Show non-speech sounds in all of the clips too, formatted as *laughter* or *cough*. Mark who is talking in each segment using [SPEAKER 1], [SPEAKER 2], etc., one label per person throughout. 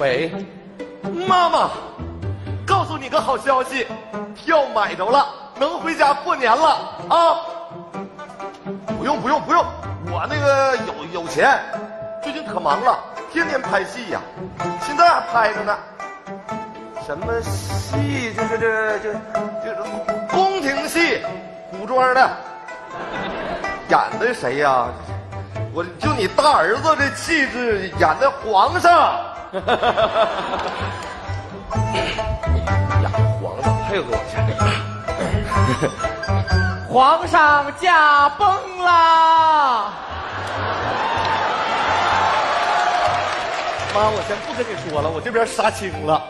[SPEAKER 1] 喂，妈妈，告诉你个好消息，票买着了，能回家过年了啊！不用不用不用，我那个有有钱，最近可忙了，天天拍戏呀、现在还拍着呢。什么戏？就是这就就是宫廷戏，古装的，演的谁呀、我就你大儿子这气质，演的皇上。呀，皇上配合我一下。
[SPEAKER 2] 皇上驾崩啦！
[SPEAKER 1] 妈，我先不跟你说了，我这边杀青了。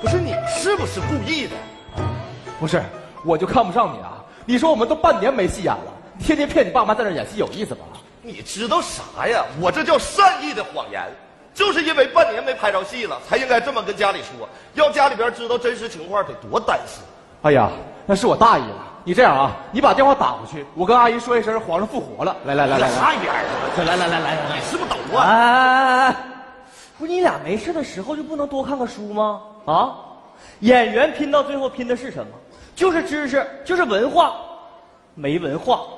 [SPEAKER 1] 不是你是不是故意的？
[SPEAKER 2] 不是，我就看不上你啊！你说我们都半年没戏演了，天天骗你爸妈在那儿演戏，有意思吗？
[SPEAKER 1] 你知道啥呀？我这叫善意的谎言，就是因为半年没拍着戏了，才应该这么跟家里说。要家里边知道真实情况，得多担心。
[SPEAKER 2] 哎呀，那是我大意了。你这样啊，你把电话打过去，我跟阿姨说一声，皇上复活了。来来来来来，
[SPEAKER 1] 远了，
[SPEAKER 2] 来来来来来来，
[SPEAKER 1] 是不是抖啊？
[SPEAKER 3] 哎，不是你俩没事的时候就不能多看看书吗？啊，演员拼到最后拼的是什么？就是知识，就是文化，没文化。
[SPEAKER 2] *laughs*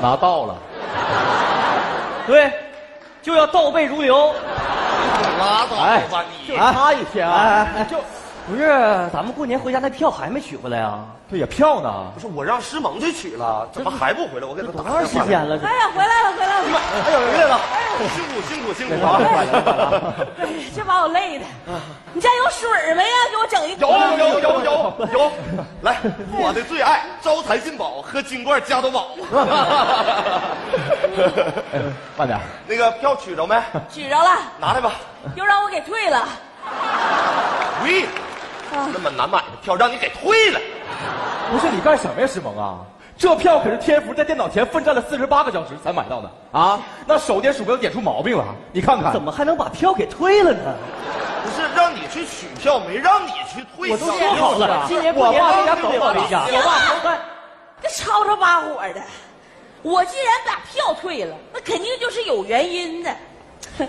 [SPEAKER 2] 拿到了。
[SPEAKER 3] 对，就要倒背如流。
[SPEAKER 1] 拉倒吧你！
[SPEAKER 2] 就哎差一天
[SPEAKER 3] 哎
[SPEAKER 2] 啊
[SPEAKER 3] 哎！哎
[SPEAKER 2] 就
[SPEAKER 3] 不是，咱们过年回家那票还没取回来啊？
[SPEAKER 2] 对呀，票
[SPEAKER 3] *laughs*
[SPEAKER 2] 呢 *laughs*
[SPEAKER 1] 不？是我让师萌去取了，怎么还不回来？我给他
[SPEAKER 3] 多
[SPEAKER 1] 打
[SPEAKER 3] 长时间了？这
[SPEAKER 4] 哎呀，回来了，回来
[SPEAKER 1] *laughs*
[SPEAKER 4] 了！
[SPEAKER 1] 哎呦，回来了！辛苦辛苦辛苦啊！
[SPEAKER 4] 哎呀，这把我累的。你家有水没呀？给我整一
[SPEAKER 1] 有
[SPEAKER 4] 个。
[SPEAKER 1] 有有有有，来，我的最爱招财进宝，喝金罐加多宝。
[SPEAKER 2] 哎慢点儿，
[SPEAKER 1] 那个票取着没？
[SPEAKER 4] 举着了，
[SPEAKER 1] 拿来吧。
[SPEAKER 4] 又让我给退了。
[SPEAKER 1] 喂，那么难买的票让你给退了，
[SPEAKER 2] 不是你干什么呀，师萌啊？这票可是天福在电脑前奋战了四十八个小时才买到的啊！那手电鼠标点出毛病了，你看看
[SPEAKER 3] 怎。么还能把票给退了呢？
[SPEAKER 1] 不是让你去取票，没让你去退票。
[SPEAKER 3] 我都说好了，今年过
[SPEAKER 2] 我
[SPEAKER 3] 年
[SPEAKER 2] 爸
[SPEAKER 3] 回
[SPEAKER 2] 在家
[SPEAKER 3] 家都
[SPEAKER 2] 等我
[SPEAKER 3] 得回
[SPEAKER 2] 呢
[SPEAKER 3] 家。
[SPEAKER 4] 行
[SPEAKER 3] 我爸
[SPEAKER 4] 了，这吵吵巴火的，我既然把票退了，那肯定就是有原因的。 *laughs*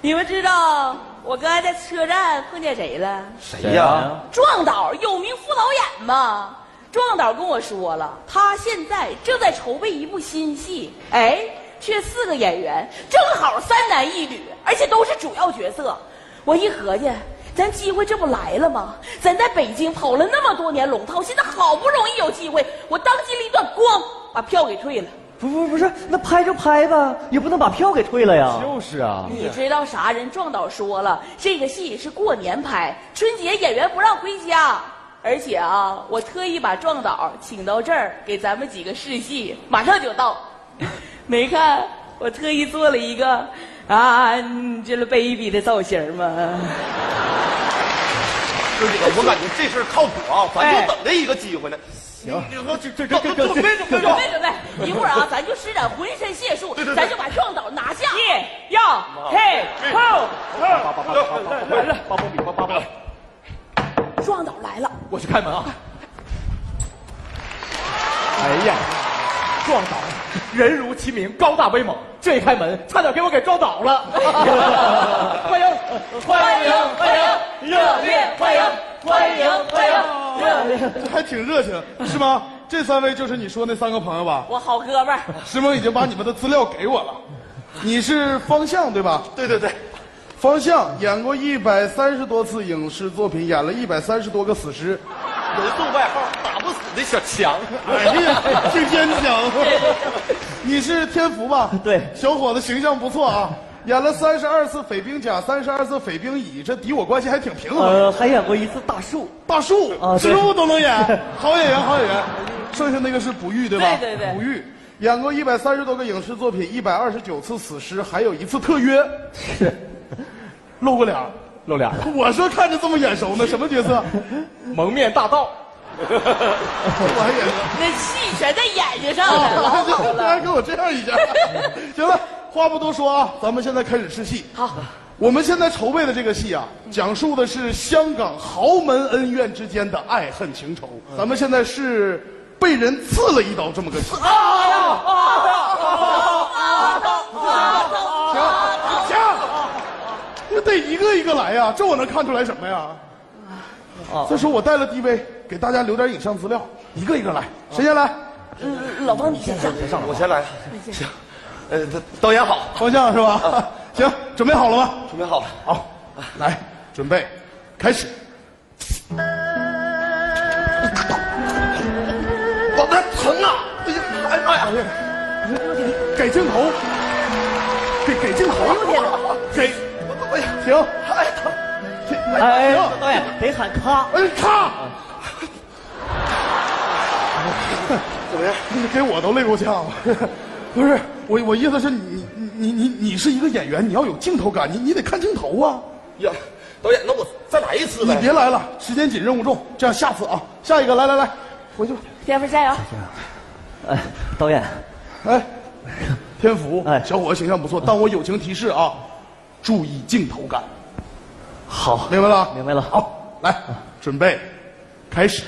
[SPEAKER 4] 你们知道我刚才在车站碰见谁了？
[SPEAKER 1] 谁呀？
[SPEAKER 4] 壮导有名副导演嘛。壮导跟我说了，他现在正在筹备一部新戏，哎，缺四个演员，正好三男一女，而且都是主要角色。我一合计，咱机会这不来了吗？咱在北京跑了那么多年龙套，现在好不容易有机会，我当机立断，咣把票给退了。
[SPEAKER 3] 不不不是，那拍就拍吧，也不能把票给退了呀。
[SPEAKER 2] 就是啊，
[SPEAKER 4] 你知道啥？人壮导说了，这个戏是过年拍，春节演员不让回家。而且啊，我特意把壮导请到这儿，给咱们几个试戏，马上就到。 *laughs* 没看我特意做了一个啊，Angelababy 的造型吗？
[SPEAKER 1] 师姐，我感觉这事儿靠谱啊，咱就等着一个机会呢。行，你说这这这这准备准备
[SPEAKER 4] 准备准备，一会儿啊，咱就施展浑身解数
[SPEAKER 1] 对对，对
[SPEAKER 4] 咱就把壮导拿下。
[SPEAKER 3] 要嘿吼！
[SPEAKER 4] 壮导来了，
[SPEAKER 2] 我去开门啊！哎呀，撞倒了！人如其名，高大威猛。这一开门，差点给我给撞倒了。欢迎，欢迎，欢迎，热烈欢迎，欢迎，欢迎，热烈。
[SPEAKER 5] 还挺热情，是吗？这三位就是你说那三个朋友吧？
[SPEAKER 4] 我好哥们儿。
[SPEAKER 5] 石萌已经把你们的资料给我了。你是方向对吧？
[SPEAKER 1] 对对对，
[SPEAKER 5] 方向演过一百三十多次影视作品，演了一百三十多个死尸。
[SPEAKER 1] 有送外号“打不死的小强
[SPEAKER 5] 哎呀，是天强！你是天福吧？
[SPEAKER 3] 对
[SPEAKER 5] 小伙子形象不错啊，演了三十二次匪兵甲，三十二次匪兵乙，这敌我关系还挺平衡。
[SPEAKER 3] 呃，还演过一次大树，
[SPEAKER 5] 大树
[SPEAKER 3] 啊、对
[SPEAKER 5] 植物都
[SPEAKER 3] *laughs*
[SPEAKER 5] 能演，好演员，好演员。剩下那个是不遇，对吧？
[SPEAKER 4] 对对对
[SPEAKER 5] 不遇。演过一百三十多个影视作品，一百二十九次死尸，还有一次特约，露过脸儿。
[SPEAKER 2] 露脸了，
[SPEAKER 5] 我说看着这么眼熟呢，什么角色？ *laughs*
[SPEAKER 2] 蒙面大盗。
[SPEAKER 5] 我还眼熟。
[SPEAKER 4] 那气全在眼睛上了，老好
[SPEAKER 5] 大家
[SPEAKER 4] 了。
[SPEAKER 5] 哦给我这样一
[SPEAKER 4] *laughs*
[SPEAKER 5] 下。行了，话不多说啊，咱们现在开始试戏。
[SPEAKER 4] 好，嗯
[SPEAKER 5] 我们现在筹备的这个戏啊，讲述
[SPEAKER 4] 嗯
[SPEAKER 5] 的是香港豪门恩怨之间的爱恨情仇。咱们现在是。被人刺了一刀这么个情
[SPEAKER 4] 啊
[SPEAKER 5] 况。行行，这得一个一个来呀，这我能看出来什么呀？
[SPEAKER 4] 啊
[SPEAKER 5] 再说我带了 DV，给大家留点影像资料，一个一个来，谁先来？
[SPEAKER 4] 老王，你先上。
[SPEAKER 1] 我先来， *laughs* 行，呃，导演好，
[SPEAKER 5] 方向是吧？行，准备好了吗？
[SPEAKER 1] 准备好了。
[SPEAKER 5] 好，来，准备，开始。
[SPEAKER 1] 我这疼啊！哎呀，哎妈呀！
[SPEAKER 5] 给镜头，给给镜头，啊给，
[SPEAKER 1] 哎呀，
[SPEAKER 5] 停，
[SPEAKER 1] 太疼！
[SPEAKER 3] 哎，哎导演得喊咔，
[SPEAKER 5] 哎，咔，
[SPEAKER 1] 怎么样？
[SPEAKER 5] 给我都累够呛了。不是，我我意思是你你你你你是一个演员，你要有镜头感，你你得看镜头啊。
[SPEAKER 1] 呀，导演，那我再来一次
[SPEAKER 5] 你
[SPEAKER 1] 呗？
[SPEAKER 5] 别来了，时间紧，任务重。这样下次啊，下一个来来来，回去吧。
[SPEAKER 4] 天赋加油！
[SPEAKER 3] 哎，导演，
[SPEAKER 5] 哎，天福，
[SPEAKER 3] 哎
[SPEAKER 5] 小伙子形象不错，但我友情提示啊，注意镜头感，
[SPEAKER 3] 好，
[SPEAKER 5] 明白了？
[SPEAKER 3] 明白了
[SPEAKER 5] 好，来，准备，开始。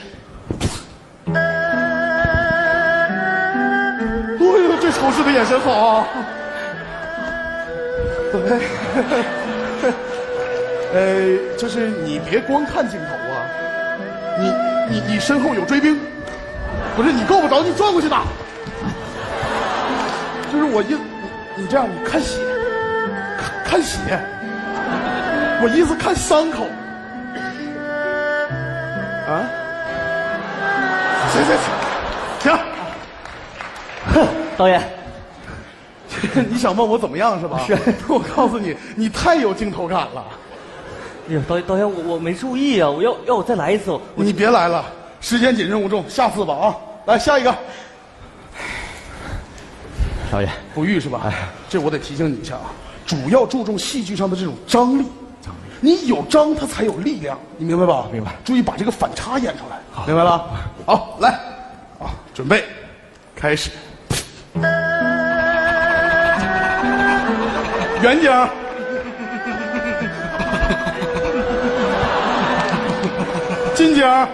[SPEAKER 5] 哎呦，这仇视的眼神好啊！哎，呃，就是你别光看镜头啊，你你你身后有追兵，不是你够不着，你转过去打。就是我一，你你这样，你看血，看看血，我意思看伤口。啊？行行行， *laughs*
[SPEAKER 3] 导演，哎
[SPEAKER 5] 行，你想问我怎么样是吧？
[SPEAKER 3] 是
[SPEAKER 5] *laughs* 我告诉你，你太有镜头感了，
[SPEAKER 3] 哎呀，导演，导演，我我没注意啊，我要要我再来一次，我
[SPEAKER 5] 你别来了，时间紧任务重，下次吧啊，来下一个，
[SPEAKER 3] 导演，
[SPEAKER 5] 不育是吧？这我得提醒你一下啊，主要注重戏剧上的这种张力。你有张，它才有力量，你明白吧？明白。注意把这个反差演出来，明白了？好，来，啊，准备，开始。 *laughs* 远景儿。近景儿。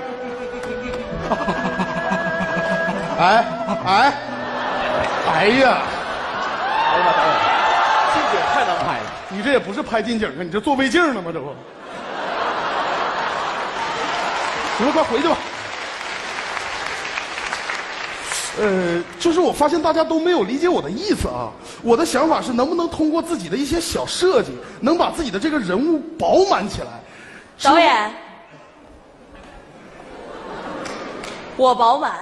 [SPEAKER 5] 哎哎，哎呀！
[SPEAKER 2] 近景太难拍了，
[SPEAKER 5] 你这也不是拍近景啊，你这做胃镜呢吗？这不，行了，快回去吧。呃，就是我发现大家都没有理解我的意思啊。我的想法是，能不能通过自己的一些小设计，能把自己的这个人物饱满起来？是不
[SPEAKER 4] 导
[SPEAKER 5] 是，
[SPEAKER 4] 演，我饱满。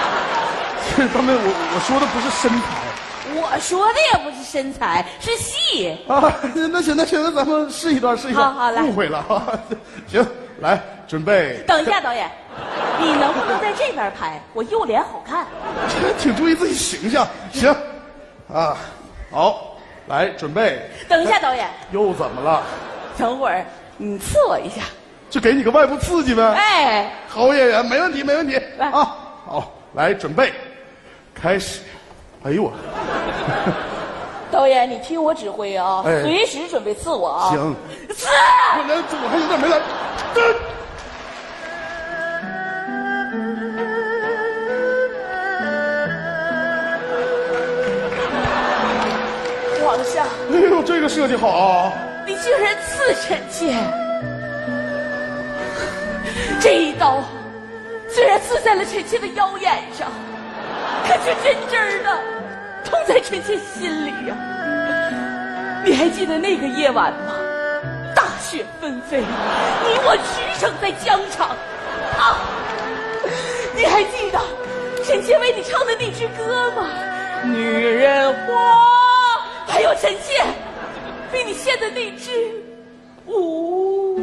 [SPEAKER 5] *laughs* 他们我我说的不是身材。
[SPEAKER 4] 我说的也不是身材，是戏。
[SPEAKER 5] 啊，那行那行，那咱们试一段试一段。
[SPEAKER 4] 好好来
[SPEAKER 5] 误会了啊。行，来准备， *laughs*
[SPEAKER 4] 等一下，导演，你能不能在这边拍？我右脸好看。
[SPEAKER 5] 挺注意自己形象。行，啊，好，来准备。
[SPEAKER 4] 等一下，导演，
[SPEAKER 5] 又怎么了？
[SPEAKER 4] 等会儿你刺我一下。
[SPEAKER 5] 就给你个外部刺激呗。
[SPEAKER 4] 哎，
[SPEAKER 5] 好演员，没问题，没问题
[SPEAKER 4] 来
[SPEAKER 5] 啊！好，来准备，开始。哎呦我，
[SPEAKER 4] 导演，你听我指挥啊，
[SPEAKER 5] 哎
[SPEAKER 4] 随时准备刺我啊。
[SPEAKER 5] 行，
[SPEAKER 4] 刺！
[SPEAKER 5] 我那我还有点没来。这
[SPEAKER 4] 皇上，
[SPEAKER 5] 哎呦，这个设计好啊！
[SPEAKER 4] 你居然刺臣妾！这一刀虽然刺在了臣妾的腰眼上，可却真真的痛在臣妾心里呀、你还记得那个夜晚吗？大雪纷飞，你我驰骋在疆场啊！你还记得臣妾为你唱的那支歌吗？女人花，还有臣妾为你献的那支舞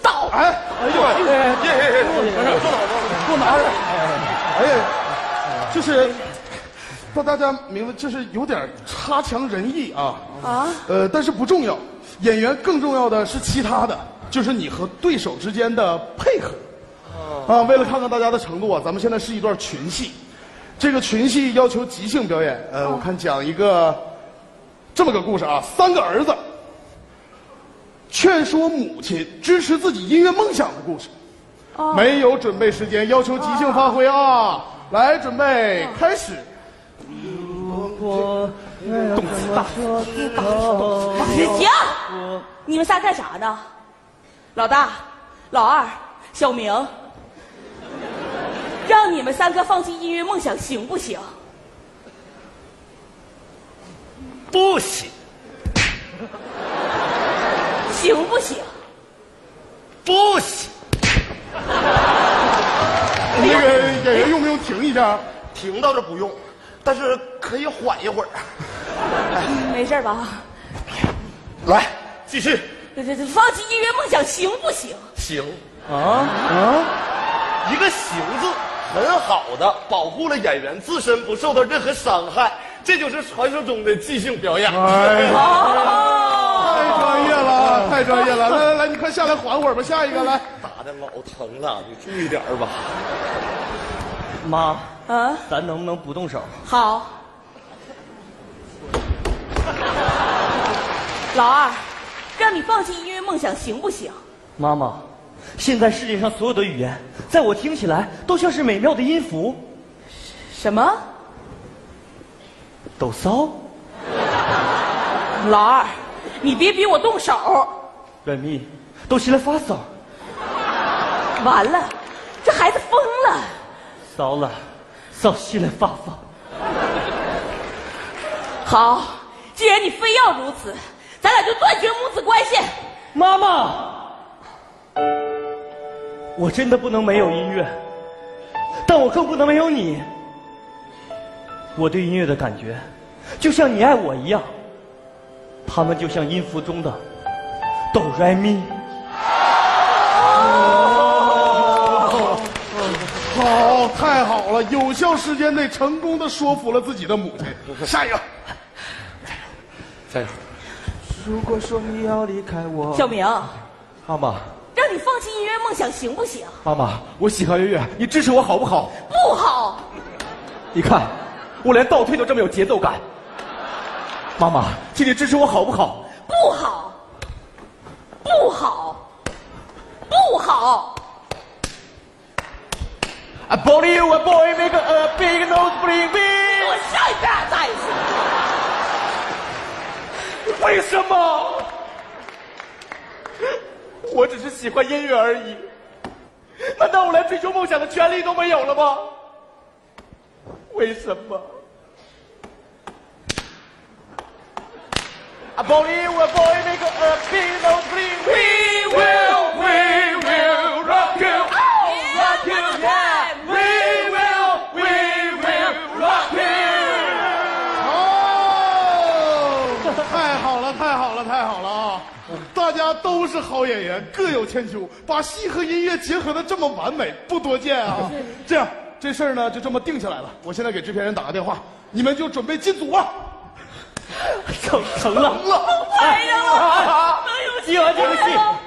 [SPEAKER 4] 蹈。
[SPEAKER 5] 哎，哎呦，哎呀，给我拿着。哎呀，就是，让大家明白，就是有点差强人意啊。
[SPEAKER 4] 啊，
[SPEAKER 5] 呃，但是不重要，演员更重要的是其他的，就是你和对手之间的配合。啊，为了看看大家的程度啊，咱们现在是一段群戏，这个群戏要求即兴表演。呃，我看讲一个这么个故事啊，三个儿子劝说母亲支持自己音乐梦想的故事。
[SPEAKER 4] 哦
[SPEAKER 5] 没有准备时间，要求即兴发挥啊！来，准备开始。
[SPEAKER 4] 停！你们仨干啥呢？老大、老二、小明，让你们三个放弃音乐梦想行不行？
[SPEAKER 1] 不行，
[SPEAKER 4] 行不行？
[SPEAKER 1] 不行，
[SPEAKER 5] 那个演员用不用停一下？
[SPEAKER 1] 停到这不用，但是可以缓一会儿。
[SPEAKER 4] 没事吧？
[SPEAKER 1] 来，哎继续。
[SPEAKER 4] 这这这，放弃音乐梦想行不行？
[SPEAKER 1] 行，
[SPEAKER 5] 啊，
[SPEAKER 1] 啊一个“行”字，很好的保护了演员自身不受到任何伤害，这就是传说中的即兴表演。
[SPEAKER 5] 哎呀，
[SPEAKER 4] 哦，
[SPEAKER 5] 太专业了，太专业了！来来来，你快下来缓会儿吧，下一个来。
[SPEAKER 1] *laughs* 打的老疼了，你注意点儿吧。
[SPEAKER 3] 妈，
[SPEAKER 4] 啊，
[SPEAKER 3] 咱能不能不动手？
[SPEAKER 4] 好。老二，让你放弃音乐梦想行不行？
[SPEAKER 3] 妈妈，现在世界上所有的语言，在我听起来都像是美妙的音符，
[SPEAKER 4] 什么？
[SPEAKER 3] 抖骚、
[SPEAKER 4] 老二，你别逼我动手。
[SPEAKER 3] 软蜜，都起来发骚，
[SPEAKER 4] 完了，这孩子疯了。
[SPEAKER 3] 骚了，骚起来发发。
[SPEAKER 4] 好，既然你非要如此，咱俩就断绝母子关系。
[SPEAKER 3] 妈妈，我真的不能没有音乐，但我更不能没有你。我对音乐的感觉，就像你爱我一样，他们就像音符中的哆来咪。
[SPEAKER 5] 好，太好了！有效时间内成功的说服了自己的母亲。下一个，
[SPEAKER 1] 加油！
[SPEAKER 2] 如果说你要离开
[SPEAKER 1] 哦
[SPEAKER 2] 我，
[SPEAKER 4] 小明，
[SPEAKER 2] 妈妈，
[SPEAKER 4] 让你放弃音乐梦想行不行？
[SPEAKER 2] 妈妈，我喜欢音乐，你支持我好不好？
[SPEAKER 4] 不好，
[SPEAKER 2] 你看，我连倒退都这么有节奏感。妈妈，请你支持我好不好？
[SPEAKER 4] 不好，不好，不好。
[SPEAKER 2] I bought you a boy, make a, a big nose, bring me.
[SPEAKER 4] 给我上一边再一次。
[SPEAKER 2] 为什么？我只是喜欢音乐而已，难道我连追求梦想的权利都没有了吗？为什么？I believe we boy make a big no dream. We will, we will rock you, rock you, yeah. We will, we will rock you.
[SPEAKER 5] 哦，太好了，太好了，太好了啊！大家都是好演员，各有千秋，把戏和音乐结合的这么完美，不多见啊！这样，这事儿呢就这么定下来了。我现在给制片人打个电话，你们就准备进组啊！
[SPEAKER 3] 成成了，
[SPEAKER 4] 哎呀，能有
[SPEAKER 3] 接
[SPEAKER 1] 哎
[SPEAKER 3] 完这个戏，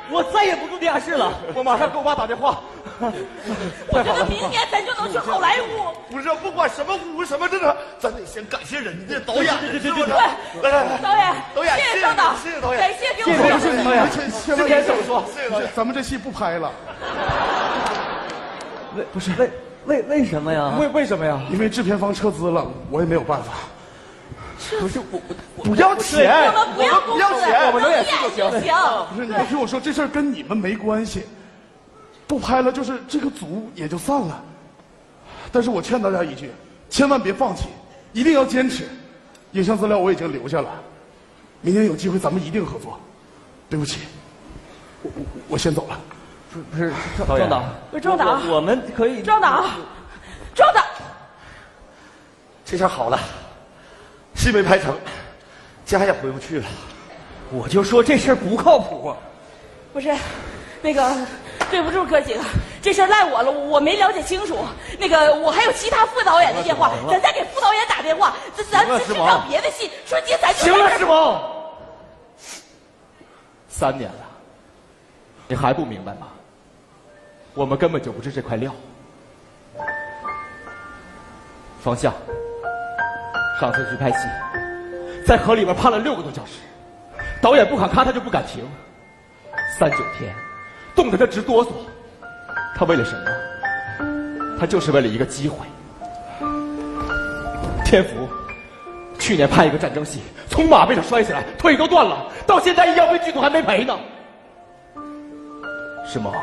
[SPEAKER 3] 我再也不住地下室了。
[SPEAKER 2] 我马上给我爸打电话。
[SPEAKER 4] 我觉得明年咱就能去好莱坞。
[SPEAKER 1] 不是，不管什么屋什么这个，咱得先感谢人家导演，是不是？来来来，
[SPEAKER 4] 导演，
[SPEAKER 1] 导演，
[SPEAKER 4] 谢
[SPEAKER 1] 谢
[SPEAKER 4] 谢
[SPEAKER 1] 谢
[SPEAKER 4] 张导，
[SPEAKER 1] 谢谢导
[SPEAKER 4] 感
[SPEAKER 1] 演，
[SPEAKER 4] 谢给
[SPEAKER 2] 谢
[SPEAKER 4] 我
[SPEAKER 2] 谢
[SPEAKER 4] 们
[SPEAKER 2] 谢谢导演，
[SPEAKER 5] 千
[SPEAKER 2] 哎制
[SPEAKER 5] 万
[SPEAKER 2] 片手说。
[SPEAKER 1] 谢谢导演。
[SPEAKER 5] 咱们这戏不拍了，
[SPEAKER 3] 为不是为为为什么呀？
[SPEAKER 2] 为为什么呀？
[SPEAKER 5] 因为制片方撤资了，我也没有办法。
[SPEAKER 2] 不要
[SPEAKER 4] 我
[SPEAKER 2] 钱
[SPEAKER 4] 们不要工作了，
[SPEAKER 2] 哎我们能演戏就
[SPEAKER 4] 就
[SPEAKER 2] 行
[SPEAKER 4] 行。
[SPEAKER 5] 不是，你们听我说，这事儿跟你们没关系。不拍了，就是这个组也就散了。但是我劝大家一句，千万别放弃，一定要坚持。影像资料我已经留下了，明天有机会咱们一定合作。对不起，我我我先走了。
[SPEAKER 3] 不是赵导，
[SPEAKER 4] 不是赵导
[SPEAKER 3] 我我们可以
[SPEAKER 4] 赵导，赵导，
[SPEAKER 1] 这下好了，戏没拍成，家也回不去了。
[SPEAKER 3] 我就说这事儿不靠谱。啊
[SPEAKER 4] 不是，那个，对不住哥几个，这事儿赖我了，我没了解清楚。那个，我还有其他副导演的电话，咱再给副导演打电话，咱咱们先去找别的戏，说接咱就
[SPEAKER 2] 行了，
[SPEAKER 4] 是
[SPEAKER 2] 师傅，三年了，你还不明白吗？我们根本就不是这块料。方向，上次去拍戏，在河里边趴了六个多小时，导演不喊咔，他就不敢停。三九天，冻得他直哆嗦。他他为了什么？他就是为了一个机会。天福，去年拍一个战争戏，从马背上摔下来，腿都断了，到现在医药费剧组还没赔呢。师萌，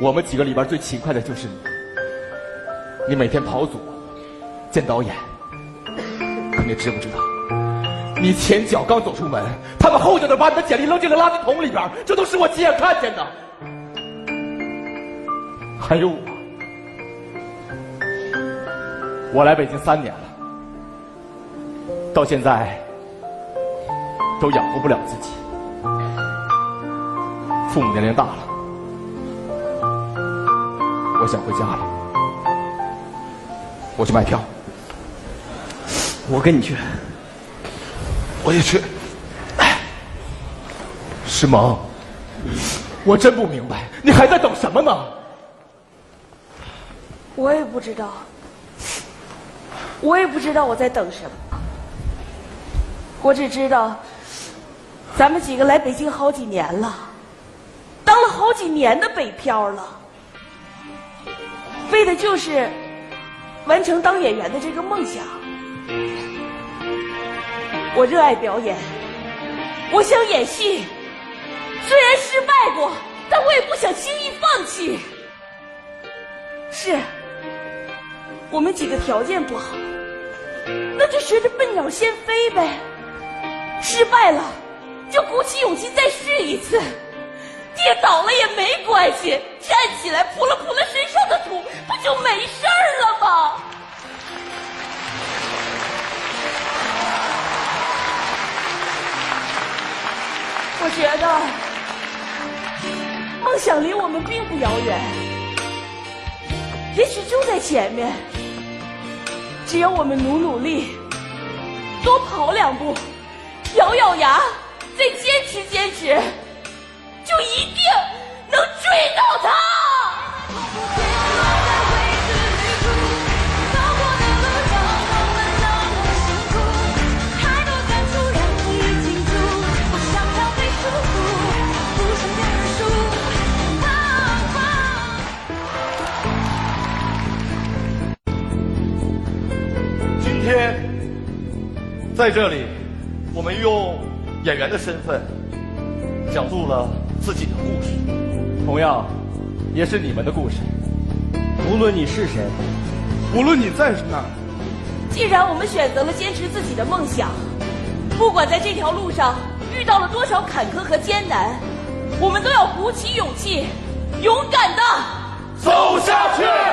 [SPEAKER 2] 我们几个里边最勤快的就是你，你每天跑组，见导演，可你知不知道？你前脚刚走出门，他们后脚就把你的简历扔进了垃圾桶里边，这都是我亲眼看见的。还有我，我来北京三年了，到现在都养活不了自己，父母年龄大了，我想回家了，我去买票。
[SPEAKER 3] 我跟你去。
[SPEAKER 1] 我也去。
[SPEAKER 2] 师萌，我真不明白，你还在等什么呢？
[SPEAKER 4] 我也不知道，我也不知道我在等什么。我只知道，咱们几个来北京好几年了，当了好几年的北漂了，为的就是完成当演员的这个梦想。我热爱表演，我想演戏，虽然失败过，但我也不想轻易放弃。是，我们几个条件不好，那就学着笨鸟先飞呗。失败了，就鼓起勇气再试一次。跌倒了也没关系，站起来扑了扑了身上的土，不就没事儿了吗？我觉得，梦想离我们并不遥远。也许就在前面。只要我们努努力，多跑两步，咬咬牙，再坚持坚持，就一定能追到它。
[SPEAKER 1] 今天在这里，我们用演员的身份讲述了自己的故事。
[SPEAKER 2] 同样，也是你们的故事。
[SPEAKER 3] 无论你是谁，
[SPEAKER 5] 无论你在哪儿，
[SPEAKER 4] 既然我们选择了坚持自己的梦想，不管在这条路上遇到了多少坎坷和艰难，我们都要鼓起勇气，勇敢的
[SPEAKER 1] 走下去。